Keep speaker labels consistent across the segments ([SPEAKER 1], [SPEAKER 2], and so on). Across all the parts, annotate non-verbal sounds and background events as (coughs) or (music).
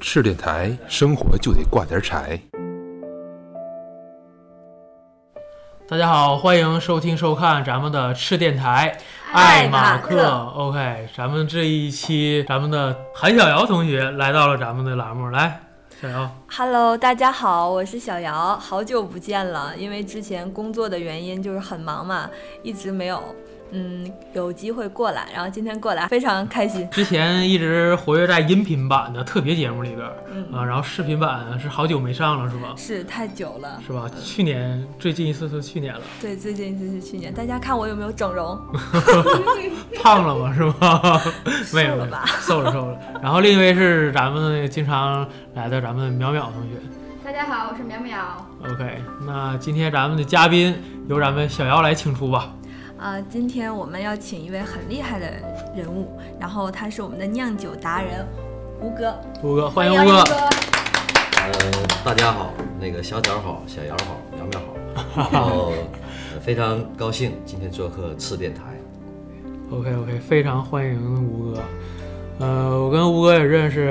[SPEAKER 1] 吃电台，生活就得挂点柴。
[SPEAKER 2] 大家好，欢迎收听收看咱们的赤电台，
[SPEAKER 3] 爱
[SPEAKER 2] 马
[SPEAKER 3] 马
[SPEAKER 2] 克。
[SPEAKER 3] 克
[SPEAKER 2] OK，咱们这一期咱们的韩小瑶同学来到了咱们的栏目，来，小瑶，
[SPEAKER 3] Hello，大家好，我是小姚，好久不见了。因为之前工作的原因就是很忙嘛，一直没有嗯有机会过来，然后今天过来非常开心。
[SPEAKER 2] 之前一直活跃在音频版的特别节目里边儿
[SPEAKER 3] 嗯，
[SPEAKER 2] 啊，然后视频版是好久没上了，是吧？
[SPEAKER 3] 是太久了，
[SPEAKER 2] 是吧？去年最近一次是去年了，
[SPEAKER 3] 对，最近一次是去年，大家看我有没有整容？
[SPEAKER 2] 胖了吗？是吗？没有，
[SPEAKER 3] (laughs) 瘦了
[SPEAKER 2] 没有
[SPEAKER 3] 吧
[SPEAKER 2] 瘦了瘦了。然后另一位是咱们那个经常来的咱们的淼淼同学，
[SPEAKER 4] 大家好，我是淼淼。
[SPEAKER 2] OK，那今天咱们的嘉宾由咱们小姚来请出吧。
[SPEAKER 3] 啊、今天我们要请一位很厉害的人物，然后他是我们的酿酒达人吴哥。哎
[SPEAKER 2] 吴哥，欢迎吴哥。
[SPEAKER 5] 呃，大家好，那个小枣好，小姚好，苗苗好，然后、呃、非常高兴今天做客次电台。
[SPEAKER 2] OK OK，非常欢迎吴哥。呃，我跟吴哥也认识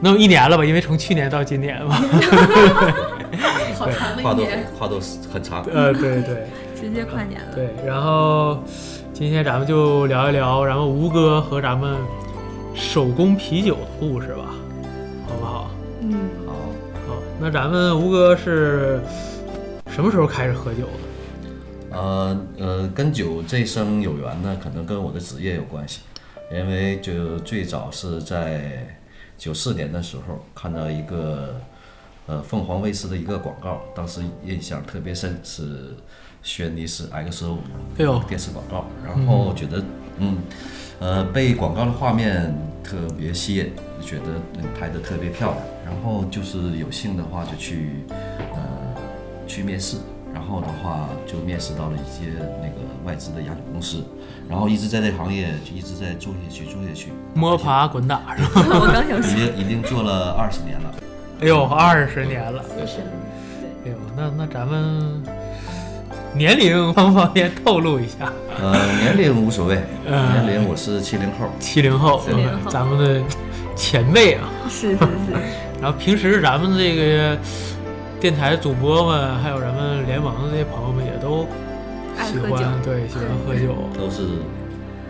[SPEAKER 2] 能有一年了吧，因为从去年到今年 (laughs) 嘛。
[SPEAKER 4] 好长的
[SPEAKER 5] 话
[SPEAKER 4] 一
[SPEAKER 5] 都
[SPEAKER 4] 年，
[SPEAKER 5] 话都很长，
[SPEAKER 2] 呃，对对
[SPEAKER 3] 直接跨年了， (laughs)
[SPEAKER 2] 对。然后今天咱们就聊一聊，然后吴哥和咱们手工啤酒的故事吧，好不好？
[SPEAKER 3] 嗯，
[SPEAKER 5] 好，
[SPEAKER 2] 好，那咱们吴哥是什么时候开始喝酒的？
[SPEAKER 5] 呃呃，跟酒这一生有缘呢，可能跟我的职业有关系，因为就最早是在九四年的时候看到一个呃凤凰卫视的一个广告，当时印象特别深，是轩尼诗 X 五。
[SPEAKER 2] 哎呦，
[SPEAKER 5] 电视广告，然后觉得嗯，呃，被广告的画面特别吸引，觉得嗯拍的特别漂亮，然后就是有幸的话就去呃去面试，然后的话就面试到了一些那个外资的洋酒公司，然后一直在这行业就一直在做下去做下去，
[SPEAKER 2] 摸爬滚打是吧？
[SPEAKER 3] 我刚
[SPEAKER 2] (laughs)
[SPEAKER 3] 想
[SPEAKER 5] 已
[SPEAKER 3] 说，
[SPEAKER 5] 经已经做了二十年了，
[SPEAKER 2] 哎呦，二十年了。
[SPEAKER 4] 其实
[SPEAKER 2] 哎呦，那那咱们年龄方不方便透露一下？
[SPEAKER 5] 呃，年龄无所谓，
[SPEAKER 2] 嗯
[SPEAKER 5] 年龄我是七零后，
[SPEAKER 2] 七零后，嗯
[SPEAKER 3] 70后
[SPEAKER 2] 咱们的前辈啊。
[SPEAKER 3] 是是是。
[SPEAKER 2] 然后平时咱们这个电台主播们，还有咱们联盟的这些朋友们，也都
[SPEAKER 3] 爱
[SPEAKER 2] 喜
[SPEAKER 3] 喝酒嗯
[SPEAKER 2] 欢对喜欢喝酒。
[SPEAKER 5] 都是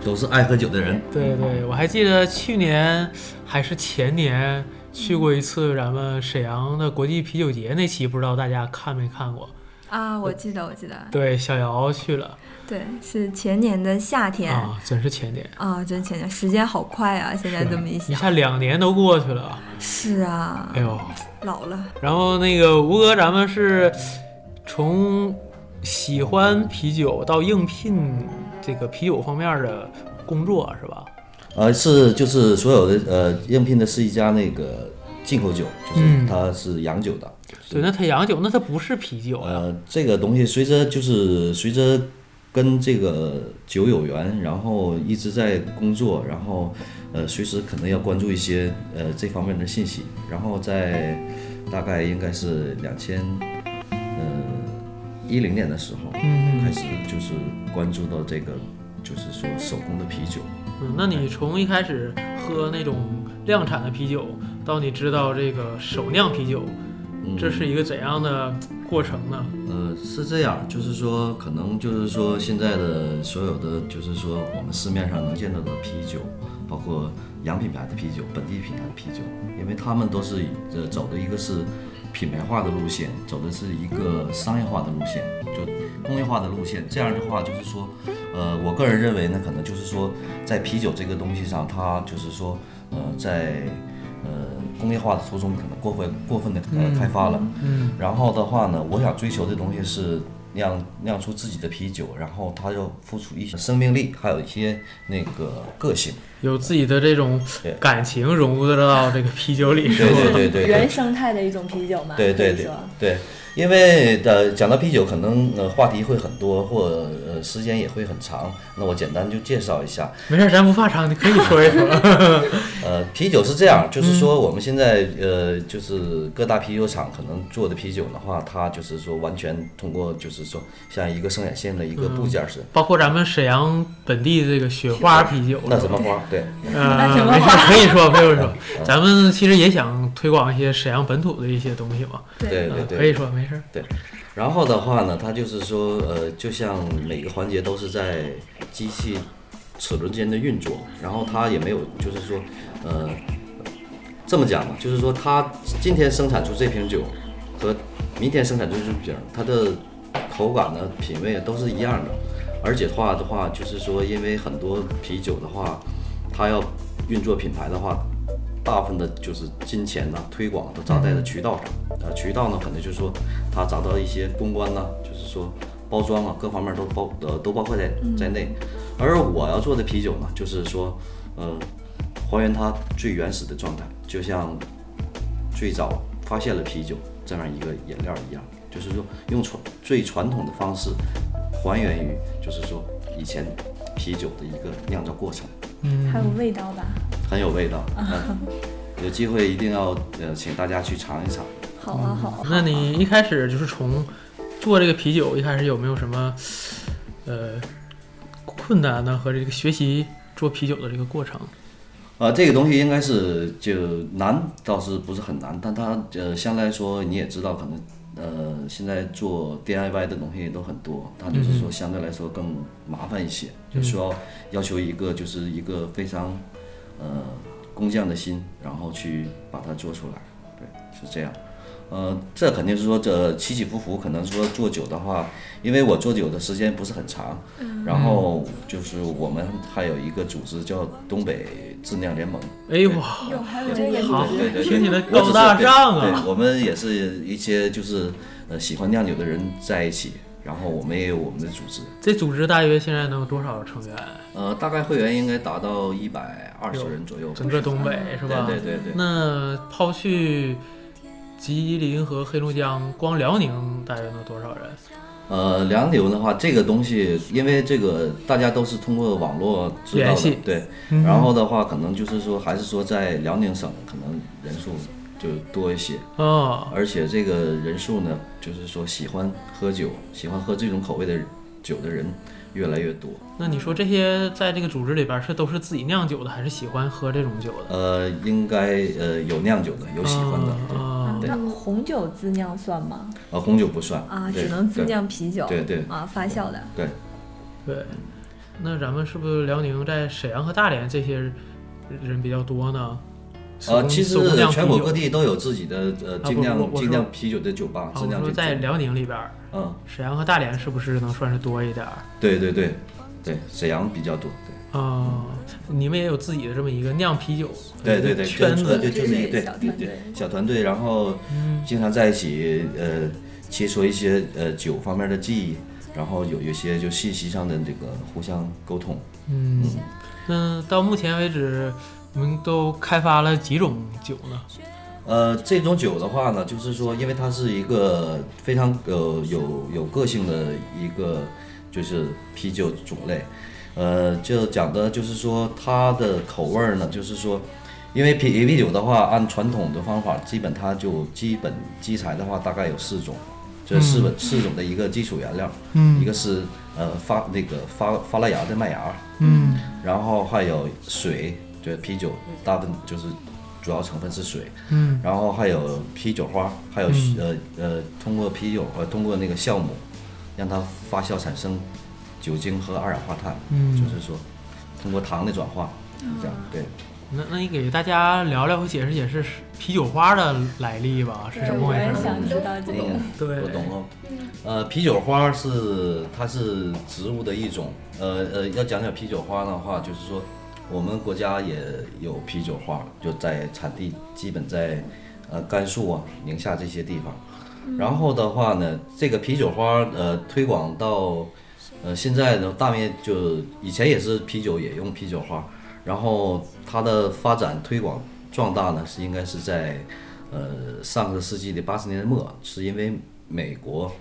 [SPEAKER 5] 都是爱喝酒的人，
[SPEAKER 2] 对对，我还记得去年还是前年
[SPEAKER 3] 嗯
[SPEAKER 2] 去过一次咱们沈阳的国际啤酒节那期，不知道大家看没看过？
[SPEAKER 3] 啊，我记得，我记得，
[SPEAKER 2] 对，小姚去了
[SPEAKER 3] 对，是前年的夏天啊、
[SPEAKER 2] 啊，真是前年，
[SPEAKER 3] 真前年，时间好快啊！现在这么一
[SPEAKER 2] 一
[SPEAKER 3] 想，
[SPEAKER 2] 下两年都过去了，
[SPEAKER 3] 是啊
[SPEAKER 2] 哎，呦。
[SPEAKER 3] 老了，
[SPEAKER 2] 然后那个吴哥，咱们是从喜欢啤酒到应聘这个啤酒方面的工作是吧？
[SPEAKER 5] 呃，是就是所有的呃应聘的是一家那个进口酒，就是
[SPEAKER 2] 嗯
[SPEAKER 5] 它是洋酒的。
[SPEAKER 2] 对，那它洋酒，那它不是啤酒呀、
[SPEAKER 5] 呃，这个东西随着就是随着跟这个酒有缘，然后一直在工作，然后呃随时可能要关注一些呃这方面的信息，然后在大概应该是两千呃一零年的时候、
[SPEAKER 2] 嗯
[SPEAKER 5] 开始就是关注到这个就是说手工的啤酒。
[SPEAKER 2] 嗯，那你从一开始喝那种量产的啤酒，到你知道这个手酿啤酒，
[SPEAKER 5] 嗯
[SPEAKER 2] 这是一个怎样的过程呢？
[SPEAKER 5] 呃，是这样，就是说，可能就是说，现在的所有的，就是说，我们市面上能见到的啤酒，包括洋品牌的啤酒、本地品牌的啤酒，因为他们都是呃走的一个是品牌化的路线，走的是一个商业化的路线，就工业化的路线。这样的话，就是说，呃，我个人认为呢，可能就是说，在啤酒这个东西上，它就是说，呃，在呃工业化的途中，可能过分过分的呃开发了。
[SPEAKER 2] 嗯
[SPEAKER 5] 然后的话呢，我想追求的东西是酿酿出自己的啤酒，然后它要付出一些生命力，还有一些那个个性。
[SPEAKER 2] 有自己的这种
[SPEAKER 5] 对
[SPEAKER 2] 感情融入到这个啤酒里，是
[SPEAKER 5] 对
[SPEAKER 2] 吧？
[SPEAKER 5] 对对对
[SPEAKER 3] 生态的一种啤酒嘛
[SPEAKER 5] 对对对对对。因为呃，讲到啤酒，可能呃话题会很多，或呃时间也会很长。那我简单就介绍一下，
[SPEAKER 2] 没事儿，咱不怕长，你可以说一说。 (laughs)
[SPEAKER 5] 呃，啤酒是这样，就是说我们现在呃，就是各大啤酒厂可能做的啤酒的话，它就是说完全通过就是说像一个生产线的一个部件似的，
[SPEAKER 2] 包括咱们沈阳本地这个雪花啤酒，
[SPEAKER 5] 那什么花？对，
[SPEAKER 3] 那什
[SPEAKER 2] 嗯，
[SPEAKER 3] 么
[SPEAKER 2] 没事儿，可以说，可以说。咱们其实也想推广一些沈阳本土的一些东西嘛，
[SPEAKER 5] 对对
[SPEAKER 2] 嗯
[SPEAKER 5] 对
[SPEAKER 2] 可以说没事儿。
[SPEAKER 5] 然后的话呢，它就是说，呃，就像每个环节都是在机器齿轮间的运作，然后它也没有就是说，呃，这么讲吧，就是说它今天生产出这瓶酒和明天生产出这瓶，它的口感呢、品味都是一样的，而且话的话，就是说，因为很多啤酒的话，它要运作品牌的话，大部分的就是金钱呐、推广都砸在了渠道上。呃，渠道呢，可能就是说它砸到一些公关呐、就是说包装啊，各方面都包呃都包括在在内。而我要做的啤酒呢，就是说，呃，还原它最原始的状态，就像最早发现了啤酒这样一个饮料一样，就是说用传最传统的方式还原于，就是说以前啤酒的一个酿造过程。
[SPEAKER 3] 还有味道吧？
[SPEAKER 5] 很有味道。嗯，有机会一定要呃，请大家去尝一尝。
[SPEAKER 3] 好啊，好啊。
[SPEAKER 2] 那你一开始就是从做这个啤酒，一开始有没有什么呃困难呢？和这个学习做啤酒的这个过程？
[SPEAKER 5] 呃，这个东西应该是就难，倒是不是很难，但它呃相对来说你也知道，可能呃现在做 DIY 的东西都很多，它就是说相对来说更麻烦一些，就需要要求一个就是一个非常呃工匠的心，然后去把它做出来，对，是这样。呃，这肯定是说这起起伏伏，可能说做酒的话，因为我做酒的时间不是很长，然后就是我们还有一个组织叫东北质量联盟，
[SPEAKER 2] 哎呦哇，
[SPEAKER 3] 有还有这个
[SPEAKER 2] 好
[SPEAKER 5] 对对对，
[SPEAKER 2] 哦听起来
[SPEAKER 5] 我只
[SPEAKER 2] 高
[SPEAKER 5] 是
[SPEAKER 2] 大上
[SPEAKER 5] 对
[SPEAKER 2] 啊！
[SPEAKER 5] 对我们也是一些就是呃喜欢酿酒的人在一起，然后我们也有我们的组织，
[SPEAKER 2] 这组织大约现在能有多少成员？
[SPEAKER 5] 呃，大概会员应该达到一百二十人左右，
[SPEAKER 2] 整个东北是吧？
[SPEAKER 5] 嗯对对对对，
[SPEAKER 2] 那抛去吉林和黑龙江，光辽宁大约能有多少人？
[SPEAKER 5] 呃，粮流的话，这个东西因为这个大家都是通过网络知道
[SPEAKER 2] 联
[SPEAKER 5] 的
[SPEAKER 2] 系，嗯
[SPEAKER 5] 对，然后的话可能就是说还是说在辽宁省可能人数就多一些，
[SPEAKER 2] 哦，
[SPEAKER 5] 而且这个人数呢，就是说喜欢喝酒、喜欢喝这种口味的酒的人越来越多。
[SPEAKER 2] 那你
[SPEAKER 5] 嗯
[SPEAKER 2] 说这些在这个组织里边儿是都是自己酿酒的，还是喜欢喝这种酒的？
[SPEAKER 5] 呃，应该呃有酿酒的，有喜欢的
[SPEAKER 2] 啊。
[SPEAKER 5] 对
[SPEAKER 2] 啊
[SPEAKER 5] 对
[SPEAKER 3] 那红酒自酿算吗？
[SPEAKER 5] 呃，红酒不算
[SPEAKER 3] 啊，
[SPEAKER 5] 对
[SPEAKER 3] 只能自
[SPEAKER 5] 对
[SPEAKER 3] 酿啤酒。
[SPEAKER 5] 对对
[SPEAKER 3] 啊，发酵的。
[SPEAKER 5] 对，
[SPEAKER 2] 嗯
[SPEAKER 5] 嗯
[SPEAKER 2] 对，那咱们是不是辽宁在沈阳和大连这些人比较多呢？手
[SPEAKER 5] 呃，
[SPEAKER 2] 工
[SPEAKER 5] 其实
[SPEAKER 2] 手工酿啤
[SPEAKER 5] 全国
[SPEAKER 2] 酒啊
[SPEAKER 5] 各地都有自己的呃
[SPEAKER 2] 不
[SPEAKER 5] 精
[SPEAKER 2] 我
[SPEAKER 5] 酿
[SPEAKER 2] 我
[SPEAKER 5] 精
[SPEAKER 2] 说
[SPEAKER 5] 酿啤酒的酒吧，
[SPEAKER 2] 啊，
[SPEAKER 5] 质
[SPEAKER 2] 我
[SPEAKER 5] 量
[SPEAKER 2] 说
[SPEAKER 5] 酒
[SPEAKER 2] 在
[SPEAKER 5] 吧。
[SPEAKER 2] 辽宁里边儿，
[SPEAKER 5] 嗯，
[SPEAKER 2] 沈阳和大连是不是能算是多一点儿？
[SPEAKER 5] 对对对对，沈阳比较多。
[SPEAKER 2] 啊、你们也有自己的这么一个酿啤酒
[SPEAKER 5] 对对对对，
[SPEAKER 2] 圈
[SPEAKER 5] 就
[SPEAKER 2] 子，
[SPEAKER 5] 就就是一对
[SPEAKER 3] 小团
[SPEAKER 5] 对
[SPEAKER 3] 队
[SPEAKER 5] 对小团队，然后
[SPEAKER 2] 嗯，
[SPEAKER 5] 经常在一起呃切磋一些呃酒方面的技艺，然后有一些就信息上的这个互相沟通。
[SPEAKER 2] 嗯，那到目前为止，你们都开发了几种酒呢？
[SPEAKER 5] 呃，这种酒的话呢，就是说，因为它是一个非常呃有有个性的一个就是啤酒种类，呃，就讲的就是说它的口味儿呢，就是说，因为啤啤酒的话，按传统的方法，基本它就基本基材的话，大概有四种，这四本、四种的一个基础原料，一
[SPEAKER 2] 嗯
[SPEAKER 5] 个是呃发那个发发了芽的麦芽，
[SPEAKER 2] 嗯
[SPEAKER 5] 然后还有水，就是啤酒大部分就是主要成分是水。
[SPEAKER 2] 嗯
[SPEAKER 5] 然后还有啤酒花，还有、
[SPEAKER 2] 嗯
[SPEAKER 5] 呃呃，通过啤酒呃通过那个酵母，让它发酵产生酒精和二氧化碳，就
[SPEAKER 2] 嗯，
[SPEAKER 5] 是说通过糖的转化，是这样对。
[SPEAKER 2] 那那你给大家聊聊和解释解释啤酒花的来历吧，是什么
[SPEAKER 3] 我
[SPEAKER 2] 回
[SPEAKER 3] 也
[SPEAKER 2] 事儿？
[SPEAKER 3] 想知道这个。
[SPEAKER 5] 嗯
[SPEAKER 2] 对
[SPEAKER 5] 我懂了。呃，啤酒花是它是植物的一种，呃呃，要讲讲啤酒花的话，就是说我们国家也有啤酒花，就在产地基本在呃甘肃啊、宁夏这些地方。然后的话呢，这个啤酒花呃推广到呃现在呢，大面就以前也是啤酒也用啤酒花，然后它的发展推广壮大呢是应该是在呃上个世纪的八十年代末，是因为美国，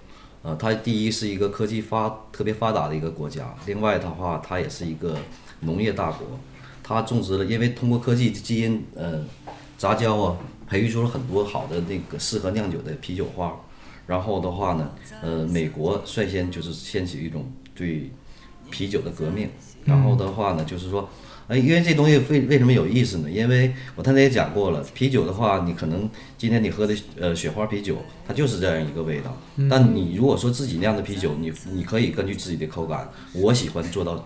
[SPEAKER 5] 呃，它第一是一个科技发特别发达的一个国家，另外的话，它也是一个农业大国，它种植了，因为通过科技基因，呃，杂交啊，培育出了很多好的那个适合酿酒的啤酒花。然后的话呢，呃，美国率先就是掀起一种对啤酒的革命。然
[SPEAKER 2] 嗯
[SPEAKER 5] 后的话呢，就是说，哎，因为这东西为为什么有意思呢？因为我刚才也讲过了，啤酒的话，你可能今天你喝的呃雪花啤酒，它就是这样一个味道。
[SPEAKER 2] 嗯
[SPEAKER 5] 但你如果说自己酿的啤酒，你你可以根据自己的口感，我喜欢做到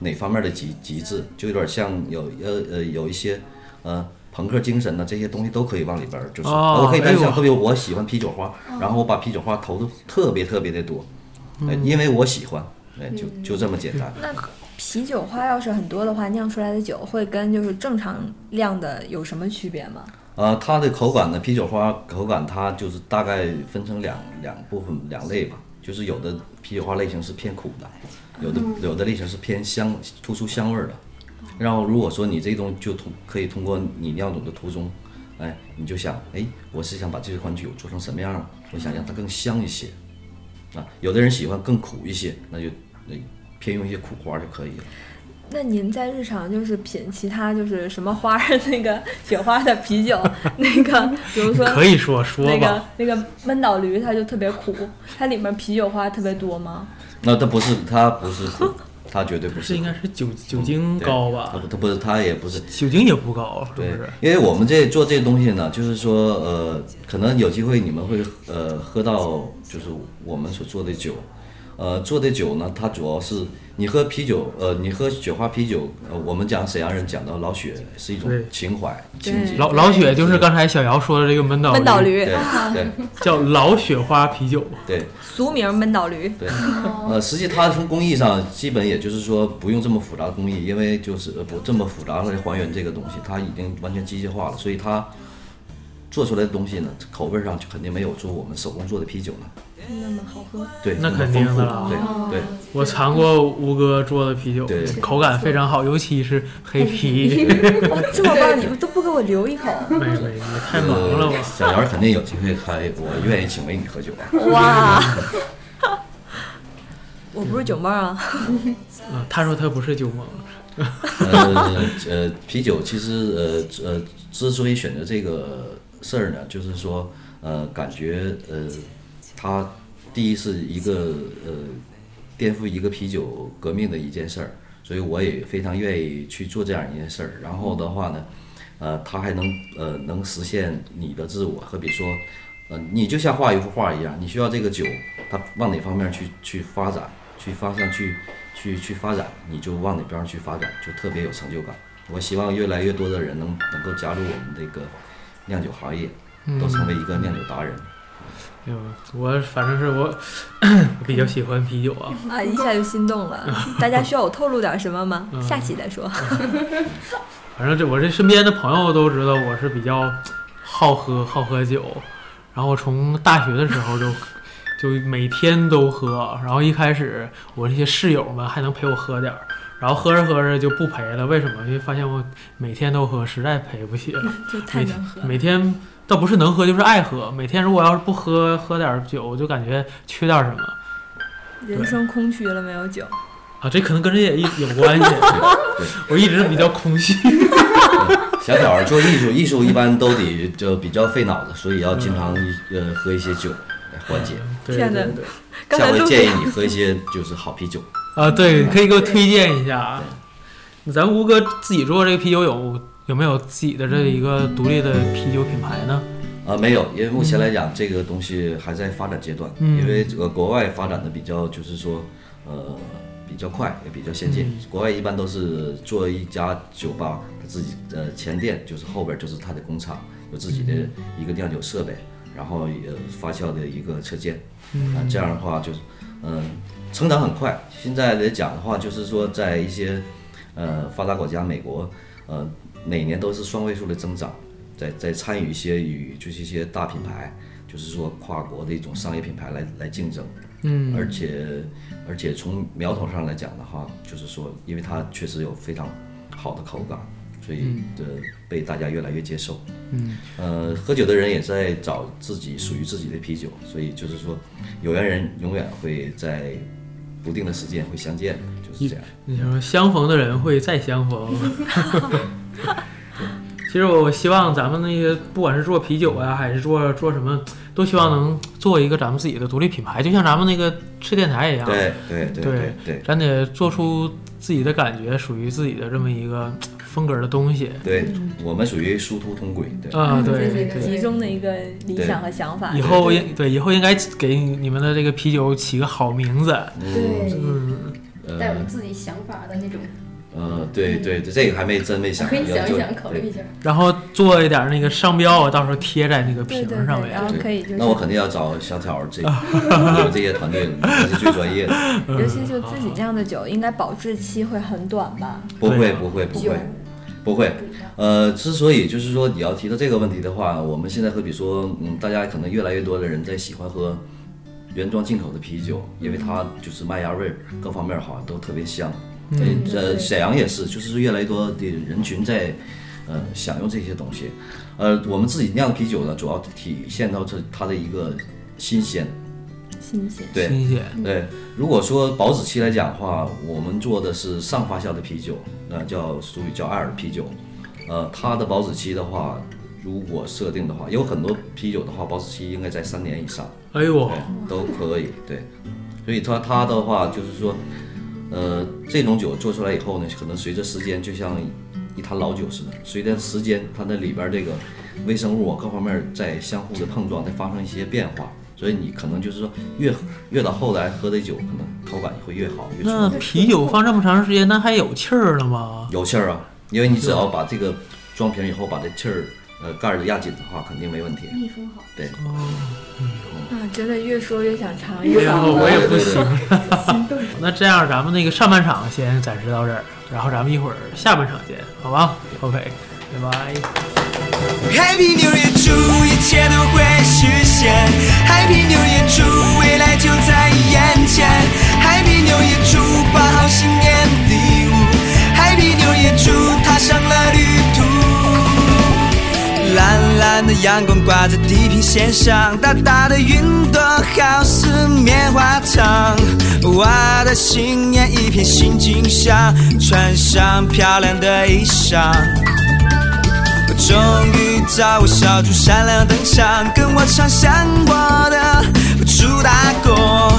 [SPEAKER 5] 哪方面的极极致，就有点像有呃呃有一些呃朋克精神呢，这些东西都可以往里边儿，就是、
[SPEAKER 2] 哦
[SPEAKER 5] 我可以单
[SPEAKER 2] 哎呦
[SPEAKER 5] 想，特别我喜欢啤酒花，然后我把啤酒花投的特别特别的多，
[SPEAKER 2] 嗯
[SPEAKER 5] 哎因为我喜欢，哎，就就这么简单。
[SPEAKER 3] 那啤酒花要是很多的话，酿出来的酒会跟就是正常酿的有什么区别吗？
[SPEAKER 5] 呃，它的口感呢，啤酒花口感它就是大概分成两两部分两类吧，就是有的啤酒花类型是偏苦的，有的有的类型是偏香突出香味儿的。然后如果说你这种就通可以通过你酿酒的途中，哎，你就想，哎，我是想把这款酒做成什么样啊？我想让它更香一些，啊，有的人喜欢更苦一些，那就那偏用一些苦花就可以了。
[SPEAKER 3] 那您在日常就是品其他就是什么花儿 (laughs) 那个雪花的啤酒，那个比如说
[SPEAKER 2] 可以说说
[SPEAKER 3] 那个
[SPEAKER 2] 吧，
[SPEAKER 3] 那个闷倒驴，它就特别苦，它里面啤酒花特别多吗？
[SPEAKER 5] 那它不是，它不是苦，它绝对不是
[SPEAKER 2] 这应
[SPEAKER 5] 苦。
[SPEAKER 2] 该是酒
[SPEAKER 5] 嗯
[SPEAKER 2] 酒精高
[SPEAKER 5] 它
[SPEAKER 2] 吧？
[SPEAKER 5] 不，它不是，它也不是，
[SPEAKER 2] 酒精也不高，是不
[SPEAKER 5] 对
[SPEAKER 2] 是？，
[SPEAKER 5] 因为我们这做这东西呢，就是说，呃，可能有机会你们会呃喝到，就是我们所做的酒，呃，做的酒呢，它主要是你喝啤酒，呃，你喝雪花啤酒，呃，我们讲沈阳人讲到老雪是一种
[SPEAKER 2] 对
[SPEAKER 5] 情怀情结，
[SPEAKER 2] 老老雪就是刚才小姚说的这个闷倒
[SPEAKER 3] 闷倒
[SPEAKER 2] 驴，
[SPEAKER 3] 驴
[SPEAKER 5] 对，对
[SPEAKER 2] 叫老雪花啤酒。
[SPEAKER 5] 对，
[SPEAKER 3] 俗名闷倒驴。
[SPEAKER 5] 对，呃，实际它从工艺上，基本也就是说不用这么复杂的工艺，因为就是呃不这么复杂的还原这个东西，它已经完全机械化了，所以它做出来的东西呢，口味上就肯定没有做我们手工做的啤酒呢，
[SPEAKER 3] 那么好 (laughs) 喝，
[SPEAKER 5] 对，
[SPEAKER 2] 那
[SPEAKER 5] 么
[SPEAKER 2] 肯定的
[SPEAKER 5] 丰富
[SPEAKER 2] 啦
[SPEAKER 5] 对对。
[SPEAKER 2] 我尝过吴哥做的啤酒
[SPEAKER 5] 对，
[SPEAKER 2] 口感非常好，尤其是黑啤。
[SPEAKER 3] 哇，这么棒，你们都不给我留一口？
[SPEAKER 2] 没没，你太忙了吧？
[SPEAKER 5] 呃小姚肯定有机会开，我愿意请为你喝酒
[SPEAKER 3] (laughs)
[SPEAKER 5] 啊！
[SPEAKER 3] (laughs) 哇！我不是酒妹儿啊，
[SPEAKER 2] 啊，他说他不是酒蒙，
[SPEAKER 5] 呃呃，啤酒其实呃呃，之所以选择这个事儿呢，就是说呃，感觉呃，它第一是一个呃颠覆一个啤酒革命的一件事儿，所以我也非常愿意去做这样一件事儿。然后的话呢，呃，它还能呃能实现你的自我，好比说。呃，你就像画一幅画一样，你需要这个酒，它往哪方面去去发展，去方向去去去发展，你就往哪边儿去发展，就特别有成就感。我希望越来越多的人能能够加入我们这个酿酒行业，都成为一个酿酒
[SPEAKER 3] (laughs)
[SPEAKER 5] 达人。
[SPEAKER 2] 嗯哎呦我反正是我， (coughs) 我比较喜欢啤酒啊。
[SPEAKER 3] (laughs) 啊，一下就心动了。大家需要我透露点什么吗？
[SPEAKER 2] 嗯
[SPEAKER 3] 下期再说。
[SPEAKER 2] 反正这我这身边的朋友都知道我是比较好喝好喝酒，然后从大学的时候就就每天都喝，然后一开始我这些室友们还能陪我喝点儿，然后喝着喝着就不陪了，为什么？因为发现我每天都喝，实在陪不起了。
[SPEAKER 3] 就
[SPEAKER 2] 每天每天倒不是能喝，就是爱喝。每天如果要是不喝喝点儿酒，我就感觉缺点儿什么
[SPEAKER 3] 人生空虚了，没有酒。
[SPEAKER 2] 啊。这可能跟这也一有关系。 (laughs) 我一直比较空虚。
[SPEAKER 5] 小小儿做艺术，艺术一般都得就比较费脑子，所以要经常呃喝一些酒来缓解。
[SPEAKER 2] 对
[SPEAKER 3] 天
[SPEAKER 2] 对
[SPEAKER 3] 哪
[SPEAKER 2] 对。
[SPEAKER 3] 嗯刚
[SPEAKER 5] 下
[SPEAKER 3] 才
[SPEAKER 5] 回
[SPEAKER 3] 就
[SPEAKER 5] 建议你喝一些就是好啤酒。
[SPEAKER 2] 啊，对，你可以给我推荐一下。啊咱吴哥自己做这个啤酒有有没有自己的这一个独立的啤酒品牌呢？
[SPEAKER 5] 啊，没有，因为目前来讲，这个东西还在发展阶段，
[SPEAKER 2] 嗯
[SPEAKER 5] 因为这个国外发展的比较，就是说，呃，比较快，也比较先进。国外一般都是做一家酒吧，他自己的前店就是后边就是他的工厂，有自己的一个酿酒设备，然后也发酵的一个车间，啊，这样的话就是，嗯、成长很快。现在来讲的话，就是说在一些，呃，发达国家，美国，呃，每年都是双位数的增长。在在参与一些与就是一些大品牌，就是说跨国的一种商业品牌来来竞争。嗯，而且而且从苗头上来讲的话，就是说，因为它确实有非常好的口感，所以这被大家越来越接受。
[SPEAKER 2] 嗯，
[SPEAKER 5] 呃，喝酒的人也在找自己属于自己的啤酒，所以就是说，有缘人永远会在不定的时间会相见，就是这样。
[SPEAKER 2] 你说相逢的人会再相逢。 (laughs) 其实我希望咱们那些不管是做啤酒呀、还是做做什么，都希望能做一个咱们自己的独立品牌，就像咱们那个吃电台一样。
[SPEAKER 5] 对对对
[SPEAKER 2] 对
[SPEAKER 5] 对
[SPEAKER 2] 咱得做出自己的感觉，属于自己的这么一个风格的东西。
[SPEAKER 5] 对，我们属于殊途同归，对。
[SPEAKER 2] 啊、对
[SPEAKER 3] 这
[SPEAKER 2] 对
[SPEAKER 3] 是
[SPEAKER 2] 对。
[SPEAKER 3] 集中的一个理想和想法。
[SPEAKER 2] 以后应对以后应该给你们的这个啤酒起个好名字。
[SPEAKER 5] 嗯
[SPEAKER 3] 嗯
[SPEAKER 2] 嗯
[SPEAKER 4] 对，带我
[SPEAKER 5] 呃
[SPEAKER 4] 们自己想法的那种，
[SPEAKER 5] 呃，对对对，这个还没真没想，
[SPEAKER 4] 可以想
[SPEAKER 5] 要
[SPEAKER 4] 一
[SPEAKER 5] 做
[SPEAKER 4] 想，考虑一下。
[SPEAKER 2] 然后做一点那个商标啊，到时候贴在那个
[SPEAKER 3] 对
[SPEAKER 2] 瓶
[SPEAKER 3] 对
[SPEAKER 2] 儿上
[SPEAKER 3] 对，
[SPEAKER 2] 面
[SPEAKER 3] 然。后
[SPEAKER 5] 对
[SPEAKER 3] 可以就是
[SPEAKER 5] 那我肯定要找小挑
[SPEAKER 2] (laughs)
[SPEAKER 5] 儿这你们这些团队还是最专业的，
[SPEAKER 3] 尤其就自己酿的酒，应该保质期会很短吧？
[SPEAKER 5] 不
[SPEAKER 2] 对
[SPEAKER 5] 会
[SPEAKER 2] 啊
[SPEAKER 5] 不会不
[SPEAKER 4] 酒
[SPEAKER 5] 会不会，呃，之所以就是说你要提到这个问题的话，我们现在和比说，嗯，大家可能越来越多的人在喜欢喝原装进口的啤酒，因为它就是麦芽味儿各方面儿好像都特别香。
[SPEAKER 2] 嗯
[SPEAKER 5] 对呃，沈阳也是，就是越来越多的人群在呃享用这些东西。呃，我们自己酿啤酒呢，主要体现到这它的一个新鲜。
[SPEAKER 3] 新鲜。
[SPEAKER 5] 对，
[SPEAKER 2] 新鲜。
[SPEAKER 5] 对，如果说保质期来讲的话，我们做的是上发酵的啤酒，那叫属于叫艾尔啤酒。呃，它的保质期的话，如果设定的话，有很多啤酒的话，保质期应该在三年以上，
[SPEAKER 2] 哎呦
[SPEAKER 5] 对，，都可以。对，所以它它的话就是说，呃，这种酒做出来以后呢，可能随着时间，就像一坛老酒似的，随着时间，它那里边这个微生物啊各方面在相互的碰撞，在发生一些变化，所以你可能就是说越越到后来喝的酒，可能口感会越好，越
[SPEAKER 2] 那
[SPEAKER 4] 嗯
[SPEAKER 5] 纯
[SPEAKER 2] 啤酒放这么长时间，那还有气儿了吗？
[SPEAKER 5] 有气儿啊，因为你只要把这个装瓶以后，把这气儿呃盖儿压紧的话，肯定没问题。
[SPEAKER 4] 密封好，
[SPEAKER 5] 对，
[SPEAKER 3] 啊，真的越说越想尝一
[SPEAKER 2] 哎呀，
[SPEAKER 3] 尝。
[SPEAKER 2] 我也不
[SPEAKER 5] 对对
[SPEAKER 2] 行。那这样，咱们那个上半场先暂时到这儿，然后咱们一会儿下半场见，好吧？OK，拜拜。
[SPEAKER 6] Happy New Year，祝一切都会实现。Happy New Year，祝未来就在眼前。Happy New Year，祝把好新年礼物。Happy New Year，祝踏上了旅途。蓝蓝的阳光挂在地平线上，大大的云朵好似棉花糖。我的新年一片新景象，穿上漂亮的衣裳。我终于找我小猪闪亮登场，跟我唱想我的猪大哥。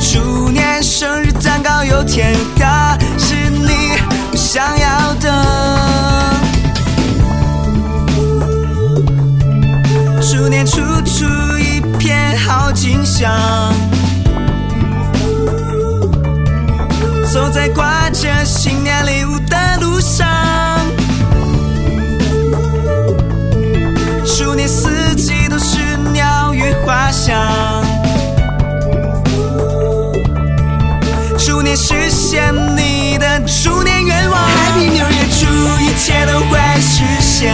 [SPEAKER 6] 祝年生日蛋糕又甜又大，是你我想要的。猪年处处一片好景象，走在挂着新年礼物的路上。数年四季都是鸟语花香，祝你实现你的猪年愿望。Happy New Year，祝一切都会实现。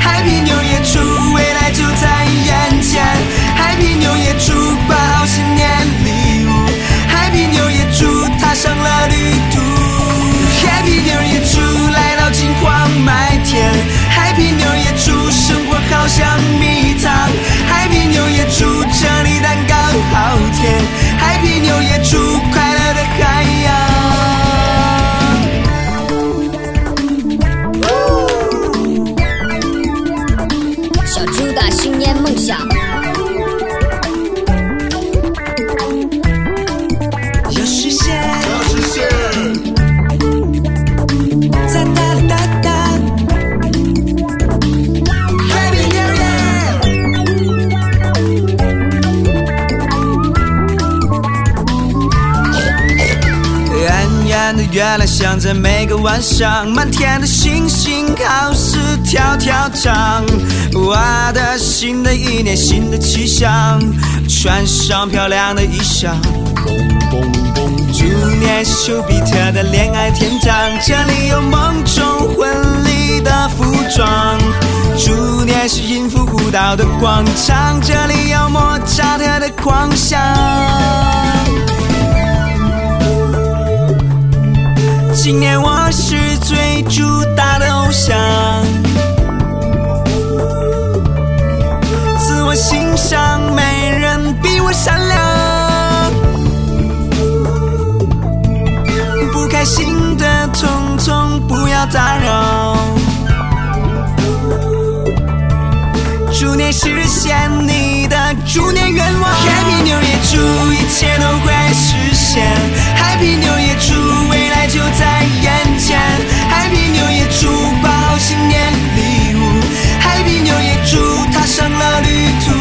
[SPEAKER 6] Happy New Year，祝未来就在眼前。Happy New Year，祝把好新年礼物。Happy New Year，祝踏上了旅途。Happy New Year，祝来到金光麦田。Happy New Year，祝生活好像蜜糖。Happy New Year，祝这里蛋糕好甜。Happy New Year，祝快乐的海洋。
[SPEAKER 7] 小猪的新年梦想。
[SPEAKER 6] 要实现，要实现，在哒哒哒。Happy New Year！圆圆的月亮想在每个晚上，满天的星星好似跳跳糖。我的新的一年，新的气象，穿上漂亮的衣裳。祝年是丘比特的恋爱天堂，这里有梦中婚礼的服装。祝年是音符舞蹈的广场，这里有莫扎特的狂想。今年我是最主打的偶像，自我欣赏，没人比我善良，不开心的统统不要打扰，祝你实现你的猪年愿望，Happy New Year，祝一切都快实现，Happy New Year，祝未来就在眼前，Happy New Year，祝包好新年礼物，Happy New Year，祝踏上了旅途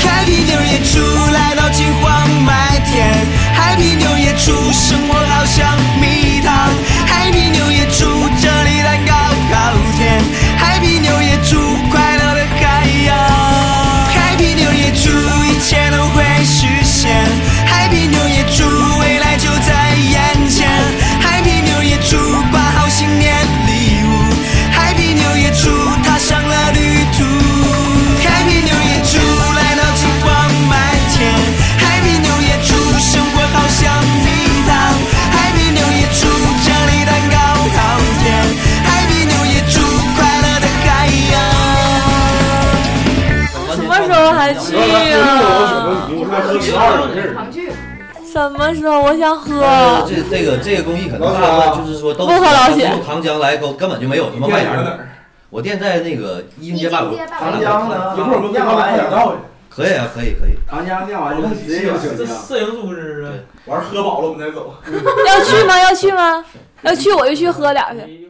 [SPEAKER 6] ，Happy New Year，祝来到金黄麦田，Happy New Year，祝生活翱翔蜜糖，Happy New Year，祝这里蛋糕高甜，Happy New Year，祝快乐的海洋。Happy New Year，祝一切都会实现。Happy New Year，祝未来就在眼前。Happy New Year，祝把好新年礼物。Happy New Year，祝踏上了旅途。Happy New Year，祝来到金光满天。Happy New Year，祝生活好像蜜糖。Happy New Year，祝这里蛋糕好甜。Happy New Year，祝快乐的海洋。
[SPEAKER 3] 什么时候还去啊呀？
[SPEAKER 4] 你快喝十二了，常去。
[SPEAKER 3] 什么时候？我想喝。
[SPEAKER 5] (laughs) 这这个这个工艺可能大部分就是说都是
[SPEAKER 3] 不喝老铁
[SPEAKER 5] 用糖浆来勾，根本就没有什么卖点儿。我店在那个一营街八
[SPEAKER 4] 一
[SPEAKER 5] 路
[SPEAKER 4] 街，八
[SPEAKER 8] 糖
[SPEAKER 4] 路
[SPEAKER 8] 浆呢？一会儿我们酿完也倒去。
[SPEAKER 5] 可以啊，可以可以。
[SPEAKER 8] 糖浆酿完就直接有酒
[SPEAKER 2] 这
[SPEAKER 8] 精，
[SPEAKER 2] 摄影组织
[SPEAKER 8] 完喝饱了我们再走。
[SPEAKER 3] 要去吗？要去吗？要去我就去喝点儿去。